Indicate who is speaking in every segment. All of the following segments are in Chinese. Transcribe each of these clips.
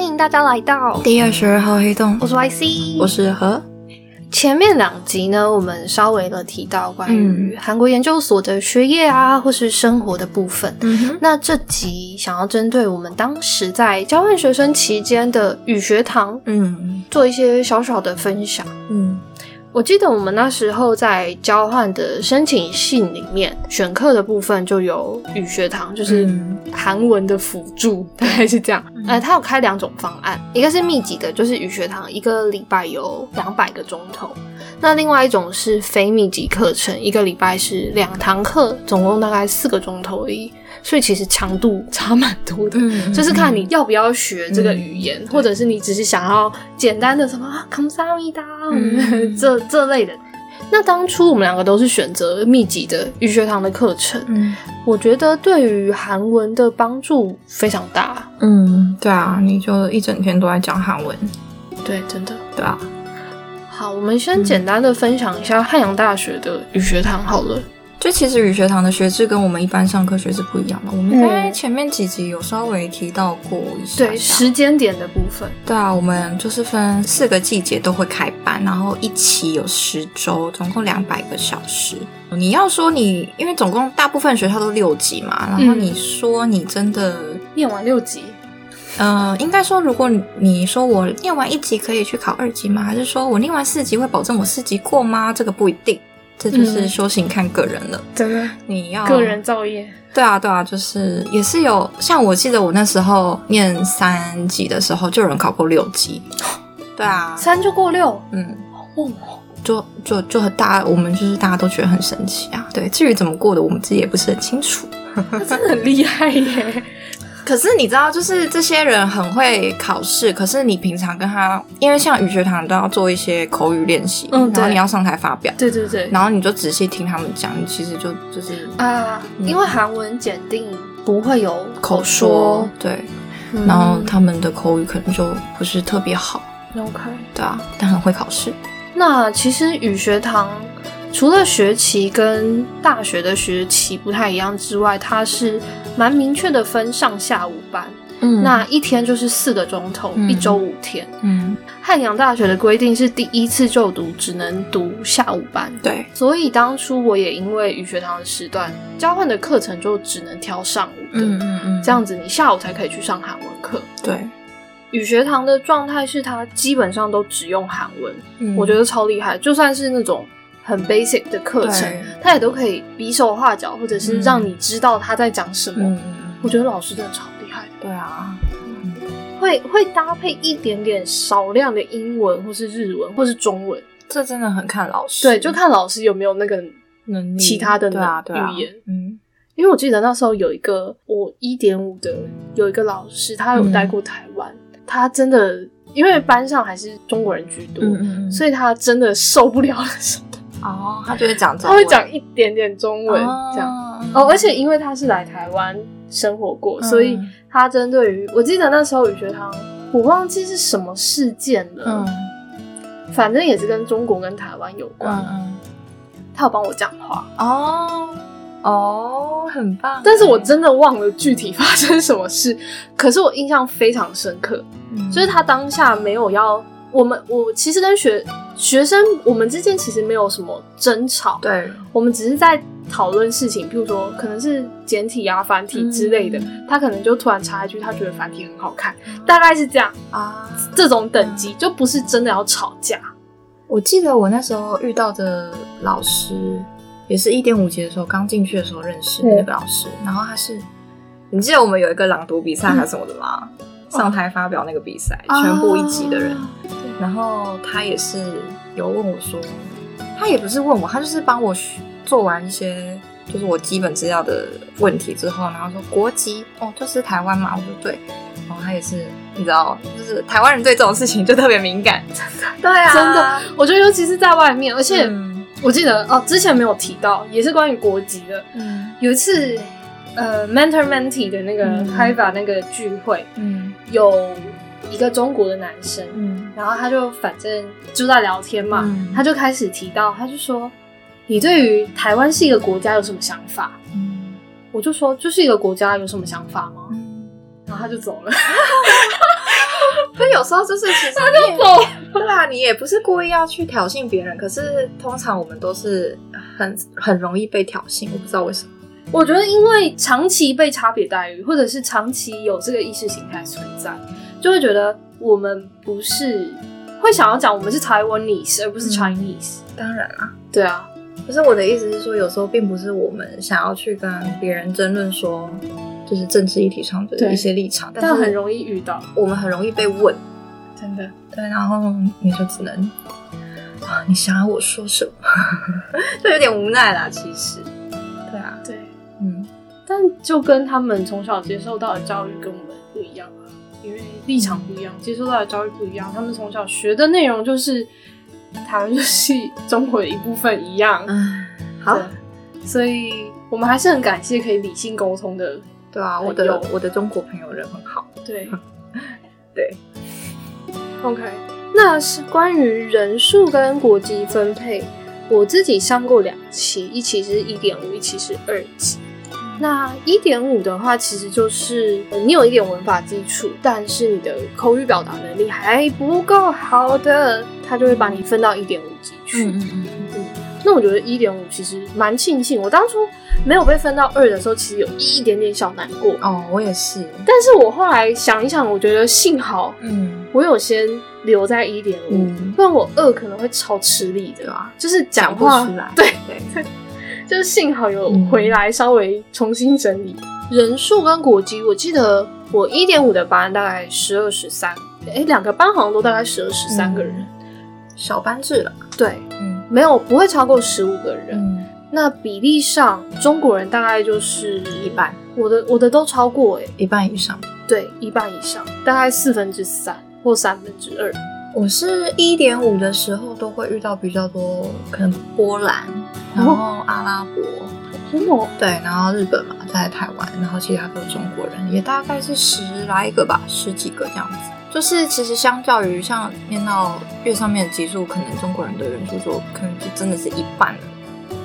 Speaker 1: 迎大家来到
Speaker 2: 第二十二号黑洞，
Speaker 1: 我是 YC，
Speaker 2: 我是何。
Speaker 1: 前面两集呢，我们稍微的提到关于韩国研究所的学业啊，或是生活的部分。
Speaker 2: 嗯哼，
Speaker 1: 那这集想要针对我们当时在交换学生期间的语学堂
Speaker 2: 嗯
Speaker 1: 做一些小小的分享。
Speaker 2: 嗯
Speaker 1: 我记得我们那时候在交换的申请信里面，选课的部分就有语学堂，就是
Speaker 2: 嗯
Speaker 1: 韩文的辅助， 大概是这样。呃，它有开两种方案，一个是密集的，就是语学堂一个礼拜有两百个钟头；那另外一种是非密集课程，一个礼拜是两堂课，总共大概四个钟头而已。所以其实强度差蛮多的。
Speaker 2: 嗯
Speaker 1: 就是看你要不要学这个语言，或者是你只是想要简单的什么啊 c o m s a m i d
Speaker 2: 嗯
Speaker 1: 这这类的。那当初我们两个都是选择密集的语学堂的课程，
Speaker 2: 嗯
Speaker 1: 我觉得对于韩文的帮助非常大。
Speaker 2: 嗯，对啊，你就一整天都在讲韩文，
Speaker 1: 对，真的。
Speaker 2: 对啊，
Speaker 1: 好，我们先简单的分享一下汉阳大学的语学堂好了。
Speaker 2: 就其实语学堂的学制跟我们一般上课学制不一样嘛，我们
Speaker 1: 嗯
Speaker 2: 在前面几集有稍微提到过一下
Speaker 1: 对，
Speaker 2: 下，
Speaker 1: 时间点的部分。
Speaker 2: 对啊，我们就是分四个季节都会开班，然后一期有十周，总共两百个小时。你要说你，因为总共大部分学校都六级嘛，然后
Speaker 1: 嗯
Speaker 2: 你说你真的
Speaker 1: 念完六级，
Speaker 2: 呃，应该说，如果你说我念完一级可以去考二级吗？还是说我念完四级会保证我四级过吗？这个不一定，这就是
Speaker 1: 嗯
Speaker 2: 修行看个人了。
Speaker 1: 真的
Speaker 2: 你要
Speaker 1: 个人造业。
Speaker 2: 对啊，对啊，就是也是有，像我记得我那时候念三级的时候，就有人考过六 级。对啊，
Speaker 1: 三就过六，
Speaker 2: 嗯，
Speaker 1: 哦，
Speaker 2: 就就就很大，我们就是大家都觉得很神奇啊。对，至于怎么过的，我们自己也不是很清楚。
Speaker 1: 那真的很厉害耶！
Speaker 2: 可是你知道，就是这些人很会考试，可是你平常跟他，因为像语学堂都要做一些口语练习，
Speaker 1: 嗯
Speaker 2: 然后
Speaker 1: 对
Speaker 2: 你要上台发表，
Speaker 1: 对对对，
Speaker 2: 然后你就仔细听他们讲，你其实就就是
Speaker 1: 啊，
Speaker 2: 嗯
Speaker 1: 因为韩文检定不会有
Speaker 2: 口说，对，
Speaker 1: 嗯
Speaker 2: 然后他们的口语可能就不是特别好，
Speaker 1: OK。
Speaker 2: 对啊，但很会考试，
Speaker 1: 那其实语学堂除了学期跟大学的学期不太一样之外，它是蛮明确的分上下午班，
Speaker 2: 嗯
Speaker 1: 那一天就是四个钟头，
Speaker 2: 嗯
Speaker 1: 一周五天。
Speaker 2: 嗯，
Speaker 1: 汉阳大学的规定是第一次就读只能读下午班，
Speaker 2: 对，
Speaker 1: 所以当初我也因为语学堂的时段交换的课程就只能挑上午的，
Speaker 2: 嗯嗯嗯，
Speaker 1: 这样子你下午才可以去上韩文课。
Speaker 2: 对，
Speaker 1: 语学堂的状态是它基本上都只用韩文，
Speaker 2: 嗯
Speaker 1: 我觉得超厉害。就算是那种很 basic 的课程
Speaker 2: 对，
Speaker 1: 它也都可以比手画脚，或者是
Speaker 2: 嗯
Speaker 1: 让你知道他在讲什么。
Speaker 2: 嗯嗯，
Speaker 1: 我
Speaker 2: 嗯
Speaker 1: 觉得老师真的超厉害的，
Speaker 2: 对啊，
Speaker 1: 会会搭配一点点少量的英文，或是日文，或是中文。
Speaker 2: 这真的很看老师，
Speaker 1: 对，就看老师有没有那个。
Speaker 2: 能力，
Speaker 1: 其他的
Speaker 2: 对啊对啊
Speaker 1: 语言
Speaker 2: 嗯
Speaker 1: 因为我记得那时候有一个我一点五的有一个老师，他有
Speaker 2: 嗯
Speaker 1: 带过台湾，他真的因为班上还是中国人居多，
Speaker 2: 嗯嗯嗯，
Speaker 1: 所以他真的受不了的时候
Speaker 2: 哦，他就会讲中
Speaker 1: 他会
Speaker 2: 文
Speaker 1: 讲一点点中文、这样。
Speaker 2: 样
Speaker 1: 哦，而且因为他是来台湾生活
Speaker 2: 嗯
Speaker 1: 过，所以他针对于我记得那时候语学堂，我忘记是什么事件了，
Speaker 2: 嗯
Speaker 1: 反正也是跟中国跟台湾有关。
Speaker 2: 嗯
Speaker 1: 他有帮我讲话，
Speaker 2: 哦哦，很棒。
Speaker 1: 但是我真的忘了具体发生什么事， 可是我印象非常深刻，
Speaker 2: 嗯
Speaker 1: 就是他当下没有要我们，我其实跟学学生我们之间其实没有什么争吵，
Speaker 2: 对
Speaker 1: 我们只是在讨论事情，譬如说可能是简体啊、繁体之类的，
Speaker 2: 嗯
Speaker 1: 他可能就突然插一句，他觉得繁体很好看，大概是这样，
Speaker 2: 啊，
Speaker 1: 这种等级就不是真的要吵架。
Speaker 2: 我记得我那时候遇到的老师也是一点五级的时候，刚进去的时候认识
Speaker 1: 嗯
Speaker 2: 那个老师，然后他是，你记得我们有一个朗读比赛还是什么的吗？上台发表那个比赛，
Speaker 1: 哦
Speaker 2: 全部一级的人，然后他也是有问我说，他也不是问我，他就是帮我学做完一些就是我基本资料的问题之后，然后说国籍哦，就是台湾嘛，我说对，然后他也是你知道，就是台湾人对这种事情就特别敏感，
Speaker 1: 对啊，真的，我觉得尤其是在外面，而且
Speaker 2: 嗯
Speaker 1: 我记得哦，之前没有提到，也是关于国籍的，
Speaker 2: 嗯
Speaker 1: 有一次。呃，mentor mentee 的那个
Speaker 2: 嗯
Speaker 1: Hiva 那个聚会，
Speaker 2: 嗯
Speaker 1: 有一个中国的男生，
Speaker 2: 嗯
Speaker 1: 然后他就反正就在聊天嘛，
Speaker 2: 嗯
Speaker 1: 他就开始提到，他就说：“你对于台湾是一个国家有什么想法
Speaker 2: 嗯？”
Speaker 1: 我就说：“就是一个国家有什么想法吗
Speaker 2: 嗯，？”
Speaker 1: 然后他就走了。
Speaker 2: 可有时候就是其实你也
Speaker 1: 否
Speaker 2: 对啊，你也不是故意要去挑衅别人，可是通常我们都是很很容易被挑衅，我不知道为什么。
Speaker 1: 我觉得，因为长期被差别待遇，或者是长期有这个意识形态存在，就会觉得我们不是会想要讲我们是 Taiwanese 而不是 Chinese。
Speaker 2: 当然啦、
Speaker 1: 对啊，
Speaker 2: 可是我的意思是说，有时候并不是我们想要去跟别人争论说，就是政治议题上的
Speaker 1: 对
Speaker 2: 一些立场，
Speaker 1: 但
Speaker 2: 但
Speaker 1: 很
Speaker 2: 是
Speaker 1: 容易遇到，
Speaker 2: 我们很容易被问，
Speaker 1: 真的。
Speaker 2: 对，然后你就只能啊，你想要我说什么， 就有点无奈啦，其实。对啊，
Speaker 1: 对，
Speaker 2: 嗯，
Speaker 1: 但就跟他们从小接受到的教育跟我们不一样啊，因为立场不一样，接受到的教育不一样，他们从小学的内容就是台湾就是中国的一部分一样。
Speaker 2: 唉，好，
Speaker 1: 对，所以我们还是很感谢可以理性沟通的。
Speaker 2: 对啊，我
Speaker 1: 有
Speaker 2: 的我的中国朋友人很好，
Speaker 1: 对
Speaker 2: 对
Speaker 1: ，OK，那是关于人数跟国籍分配，我自己上过两期，一期是一点五，一期是二级。那一点五的话，其实就是呃你有一点文法基础，但是你的口语表达能力还不够好的，他就会把你分到一点五级去。
Speaker 2: 嗯嗯，
Speaker 1: 那我觉得一点五其实蛮庆幸，我当初没有被分到二的时候，其实有一点点小难过。
Speaker 2: 哦，我也是，
Speaker 1: 但是我后来想一想，我觉得幸好
Speaker 2: 嗯
Speaker 1: 我有先留在一点五，
Speaker 2: 嗯，
Speaker 1: 不然我二可能会超吃力的啊，就是讲
Speaker 2: 讲不
Speaker 1: 话
Speaker 2: 出，来，
Speaker 1: 对
Speaker 2: 对，
Speaker 1: 就是幸好有回来稍微重新整理、人数跟国籍。我记得我一点五的班大概十二十三，哎，两个班好像都大概十二十三个人，
Speaker 2: 嗯小班制了，
Speaker 1: 对，
Speaker 2: 嗯
Speaker 1: 没有不会超过十五个人。
Speaker 2: 嗯，
Speaker 1: 那比例上，中国人大概就是
Speaker 2: 一，半
Speaker 1: 我的我的都超过哎、诶
Speaker 2: 一半以上。
Speaker 1: 对，一半以上，大概四分之三或三分之二。
Speaker 2: 我是一点五的时候都会遇到比较多，可能波兰，然后
Speaker 1: 哦
Speaker 2: 阿拉伯，
Speaker 1: 真的哦，
Speaker 2: 对，然后日本嘛，在台湾，然后其他都是中国人，也大概是十来个吧，十几个这样子。就是其实相较于像念到越上面的级数，可能中国人的人数就可能就真的是一半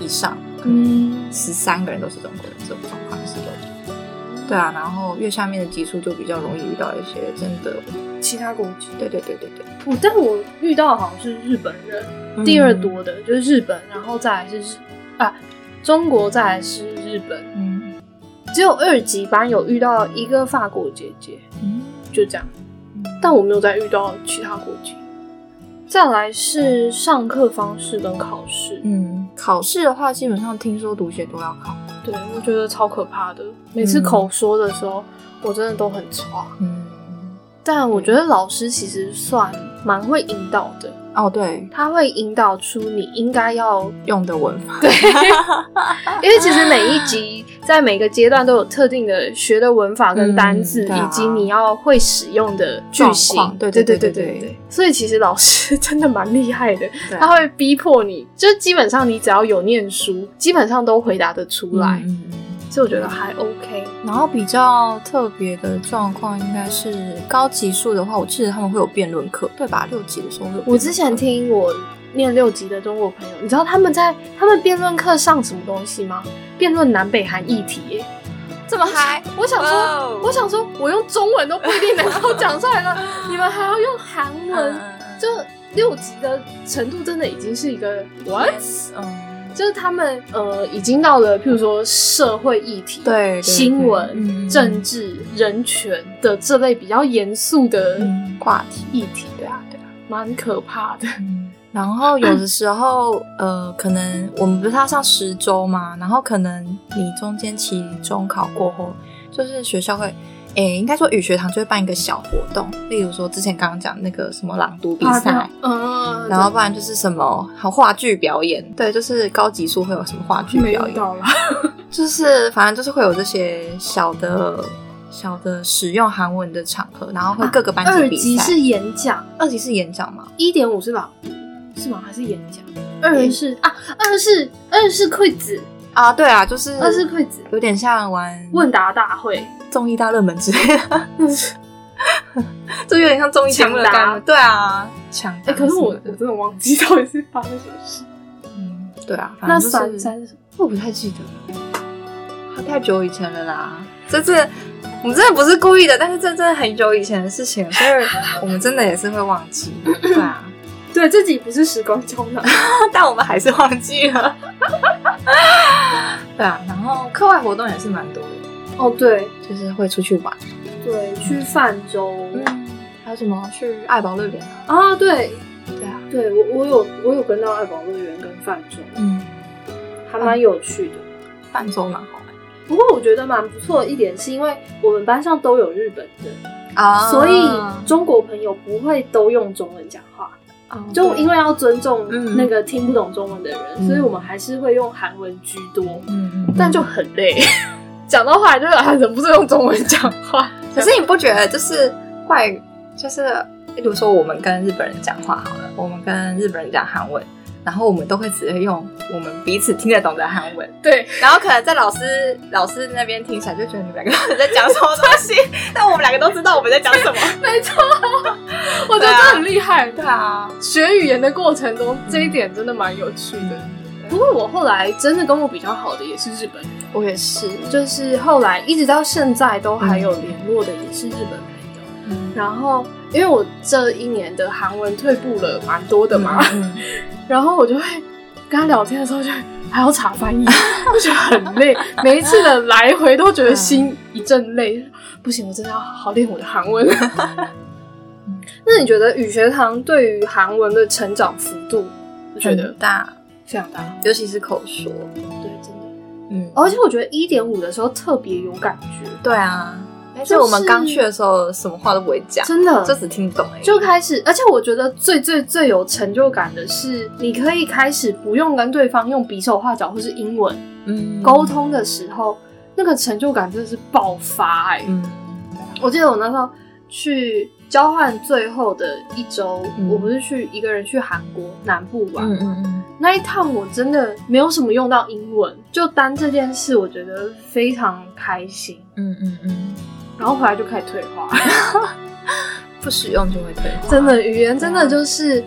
Speaker 2: 以上，可能
Speaker 1: 嗯，
Speaker 2: 十三个人都是中国人，这种状况是有的。对啊，然后越下面的级数就比较容易遇到一些真的，
Speaker 1: 其他国籍，
Speaker 2: 对对对对对，
Speaker 1: 我但我遇到的好像是日本人，
Speaker 2: 嗯
Speaker 1: 第二，多的就是日本，然后再来是日啊中国，再来是日本，
Speaker 2: 嗯
Speaker 1: 只有二级班有遇到一个法国姐姐，
Speaker 2: 嗯，
Speaker 1: 就这样，
Speaker 2: 嗯
Speaker 1: 但我没有再遇到其他国籍。再来是上课方式跟考试，
Speaker 2: 嗯，考试的话，基本上听说读写都要考。
Speaker 1: 对我觉得超可怕的。每次口说的时候，我真的都很差，
Speaker 2: 嗯，
Speaker 1: 但我觉得老师其实算蛮会引导的，
Speaker 2: 哦，对，
Speaker 1: 他会引导出你应该要
Speaker 2: 用的文法。
Speaker 1: 因为其实每一集在每个阶段都有特定的学的文法跟单字，
Speaker 2: 嗯对啊
Speaker 1: 以及你要会使用的句型
Speaker 2: 状。况对
Speaker 1: 对
Speaker 2: 对
Speaker 1: 对
Speaker 2: 对
Speaker 1: 对
Speaker 2: 对
Speaker 1: 对
Speaker 2: 对
Speaker 1: 所以其实老师真的蛮厉害的，
Speaker 2: 对
Speaker 1: 他会逼迫你，就基本上你只要有念书，基本上都回答得出来。
Speaker 2: 嗯嗯嗯
Speaker 1: 所以我觉得还 OK。
Speaker 2: 然后比较特别的状况应该是高级数的话，我记得他们会有辩论课，对吧？六级的时候会有辩论课。
Speaker 1: 我之前听我念六级的中国朋友，你知道他们在他们辩论课上什么东西吗？辩论南北韩议题耶、
Speaker 2: 这么嗨，
Speaker 1: 我想说。我想说，我用中文都不一定能够讲出来 了，你们还要用韩文，
Speaker 2: 嗯
Speaker 1: 就六级的程度真的已经是一个 what？
Speaker 2: 嗯，
Speaker 1: 就是他们呃已经到了，譬如说社会议题、
Speaker 2: 对对
Speaker 1: 新闻、
Speaker 2: 对嗯
Speaker 1: 政治、人权的这类比较严肃的
Speaker 2: 嗯话题，
Speaker 1: 议题，
Speaker 2: 对啊，对啊。
Speaker 1: 蛮可怕的。
Speaker 2: 嗯，然后有的时候， 呃，可能我们不是要上十周嘛，然后可能你中间期中考过后，就是学校会，诶，应该说语学堂就会办一个小活动，例如说之前刚刚讲那个什么朗读比
Speaker 1: 啊
Speaker 2: 赛，
Speaker 1: 嗯，
Speaker 2: 然后不然就是什么好话剧表演，对，就是高级数会有什么话剧
Speaker 1: 没
Speaker 2: 表
Speaker 1: 有
Speaker 2: 演，
Speaker 1: 到了，
Speaker 2: 就是反正就是会有这些小的小的使用韩文的场合，然后会各个班级
Speaker 1: 二
Speaker 2: 比
Speaker 1: 级
Speaker 2: 赛。
Speaker 1: 是演讲，
Speaker 2: 二级是演讲嘛？
Speaker 1: 一点五是朗读是吗？还是演讲？二是啊，二是二是 quiz，
Speaker 2: 啊，对啊，就是
Speaker 1: 二是啊 quiz。
Speaker 2: 有点像玩
Speaker 1: 嗯问答大会，
Speaker 2: 综艺大热门之类的， 这有点像综艺节目的概
Speaker 1: 抢答
Speaker 2: 念。对啊，抢答
Speaker 1: 哎、
Speaker 2: 什么的。
Speaker 1: 可是我我真的忘记到底是发生什么事。
Speaker 2: 嗯，对啊，
Speaker 1: 那
Speaker 2: 反正就
Speaker 1: 三
Speaker 2: 是
Speaker 1: 三是什么？
Speaker 2: 我不太记得了，它太久以前了啦。这真的，我们真的不是故意的，但是这真的很久以前的事情，所以我们真的也是会忘 记。对啊，
Speaker 1: 对自己不是时光胶囊，
Speaker 2: 但我们还是忘记了。 对啊，然后课外活动也是蛮多的，
Speaker 1: 哦对
Speaker 2: 就是会出去玩。
Speaker 1: 对，去泛舟、
Speaker 2: 嗯，还有什么去爱宝乐园啊？
Speaker 1: 啊，对
Speaker 2: 对啊，
Speaker 1: 对，我我有我有跟到爱宝乐园跟泛舟，
Speaker 2: 嗯，
Speaker 1: 还蛮有趣的。
Speaker 2: 泛舟蛮好玩
Speaker 1: 不过我觉得蛮不错的一点，是因为我们班上都有日本人，
Speaker 2: 啊
Speaker 1: 所以中国朋友不会都用中文讲话，就因
Speaker 2: 为
Speaker 1: 为要尊重
Speaker 2: 嗯
Speaker 1: 那个听不懂中文的人，
Speaker 2: 嗯
Speaker 1: 所以我们还是会用韩文居多，
Speaker 2: 嗯嗯，
Speaker 1: 但就很累。 讲到后来就是啊，忍不住用中文讲话。
Speaker 2: 可是你不觉得就是外就是，例如说我们跟日本人讲话好了，我们跟日本人讲韩文，然后我们都会直接用我们彼此听得懂的韩文，
Speaker 1: 对，
Speaker 2: 然后可能在老师老师那边听起来就觉得你们两个在讲什么东 西，但我们两个都知道我们在讲什么。
Speaker 1: 没错，我觉
Speaker 2: 对
Speaker 1: 得
Speaker 2: 啊
Speaker 1: 这很厉害。
Speaker 2: 对啊，
Speaker 1: 学语言的过程中，这一点真的蛮有趣的。
Speaker 2: 嗯
Speaker 1: 不过我后来真的跟我比较好的也是日本人，
Speaker 2: 我也是，
Speaker 1: 就是后来一直到现在都还有联络的也是日本朋友。
Speaker 2: 嗯
Speaker 1: 然后因为我这一年的韩文退步了蛮多的嘛，
Speaker 2: 嗯
Speaker 1: 然后我就会跟他聊天的时候就会还要查 翻译，就觉得很累，每一次的来回都觉得心一阵累，不行，我真的要好好练我的韩 文。那你觉得语学堂对于韩文的成长幅度，你觉得
Speaker 2: 很大，
Speaker 1: 非常大？
Speaker 2: 尤其是口说，
Speaker 1: 嗯对，真的。
Speaker 2: 嗯，
Speaker 1: 而且我觉得一点五的时候特别有感觉，
Speaker 2: 对啊，而且
Speaker 1: 哎就是
Speaker 2: 我们刚去的时候什么话都不会讲，
Speaker 1: 真的，
Speaker 2: 就只听懂而已。
Speaker 1: 就开始，而且我觉得最最最有成就感的是，你可以开始不用跟对方用比手画脚或是英文
Speaker 2: 嗯
Speaker 1: 沟，通的时候，那个成就感真的是爆发哎、
Speaker 2: 嗯，
Speaker 1: 我记得我那时候去交换最后的一周，
Speaker 2: 嗯
Speaker 1: 我不是去一个人去韩国南部玩、
Speaker 2: 嗯嗯嗯，
Speaker 1: 那一趟，我真的没有什么用到英文，就单这件事，我觉得非常开心。
Speaker 2: 嗯嗯嗯，
Speaker 1: 然后回来就开始退化。
Speaker 2: 不使用就会退化，
Speaker 1: 真的，语言真的就是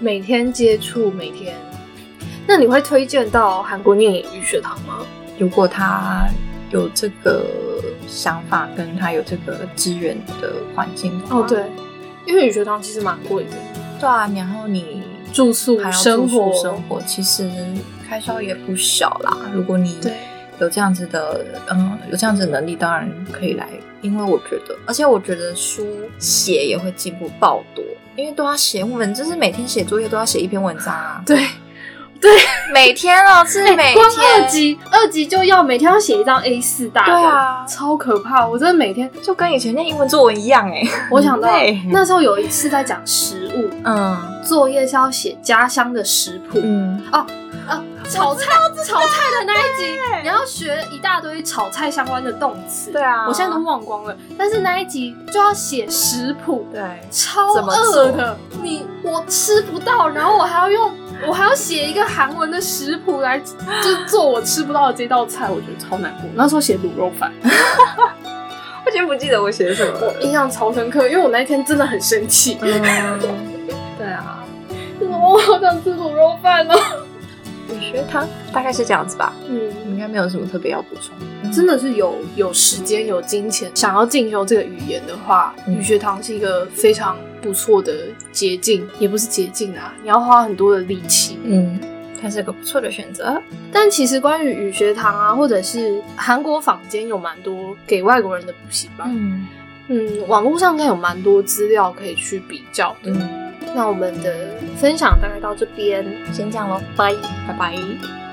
Speaker 1: 每天接触，每天。那你会推荐到韩国念语学堂吗？
Speaker 2: 如果他有这个想法，跟他有这个资源的环境的话，
Speaker 1: 哦，对，因为语学堂其实蛮贵的，
Speaker 2: 对啊，然后你
Speaker 1: 住宿
Speaker 2: 还要
Speaker 1: 生
Speaker 2: 住宿
Speaker 1: 活
Speaker 2: 生活，嗯其实开销也不小啦。如果你
Speaker 1: 对，
Speaker 2: 有这样子的，嗯，有这样子的能力，当然可以来。因为我觉得，而且我觉得书写也会进步爆多，因为都要写我们就是每天写作业都要写一篇文章啊
Speaker 1: 对，
Speaker 2: 每天哦，是每天。
Speaker 1: 哎光二级二级就要每天要写一张 A 四大的，
Speaker 2: 对啊
Speaker 1: 超可怕！我真的每天，
Speaker 2: 就跟以前念英文作文一 样哎、
Speaker 1: 我想到
Speaker 2: 累
Speaker 1: 那时候有一次在讲食物，
Speaker 2: 嗯
Speaker 1: 作业是要写家乡的食谱，
Speaker 2: 嗯，
Speaker 1: 啊，炒菜炒菜的那一集，你要学一大堆炒菜相关的动词。
Speaker 2: 对啊
Speaker 1: 我现在都忘光了。但是那一集就要写食谱，
Speaker 2: 对，
Speaker 1: 超
Speaker 2: 怎么
Speaker 1: 饿的。你我吃不到，然后我还要用，我还要写一个韩文的食谱来，就是做我吃不到的这道菜，我觉得超难过。那时候写卤肉饭，
Speaker 2: 我已经不记得我写什么
Speaker 1: 我印象超深刻，因为我那一天真的很生 气，
Speaker 2: 嗯，对啊，
Speaker 1: 就是我好想吃卤肉饭哦。
Speaker 2: 有学堂大概是这样子吧，
Speaker 1: 嗯。
Speaker 2: 应该没有什么特别要补充。
Speaker 1: 真的是有有时间有金钱想要进修这个语言的话，
Speaker 2: 嗯
Speaker 1: 语学堂是一个非常不错的捷径，也不是捷径啊，你要花很多的力气。
Speaker 2: 嗯，它是个不错的选择。
Speaker 1: 但其实关于语学堂啊，或者是韩国坊间有蛮多给外国人的补习班，
Speaker 2: 嗯
Speaker 1: 嗯网络上应该有蛮多资料可以去比较的。
Speaker 2: 嗯，
Speaker 1: 那我们的分享大概到这边，
Speaker 2: 先这样喽，
Speaker 1: 拜。
Speaker 2: 拜拜。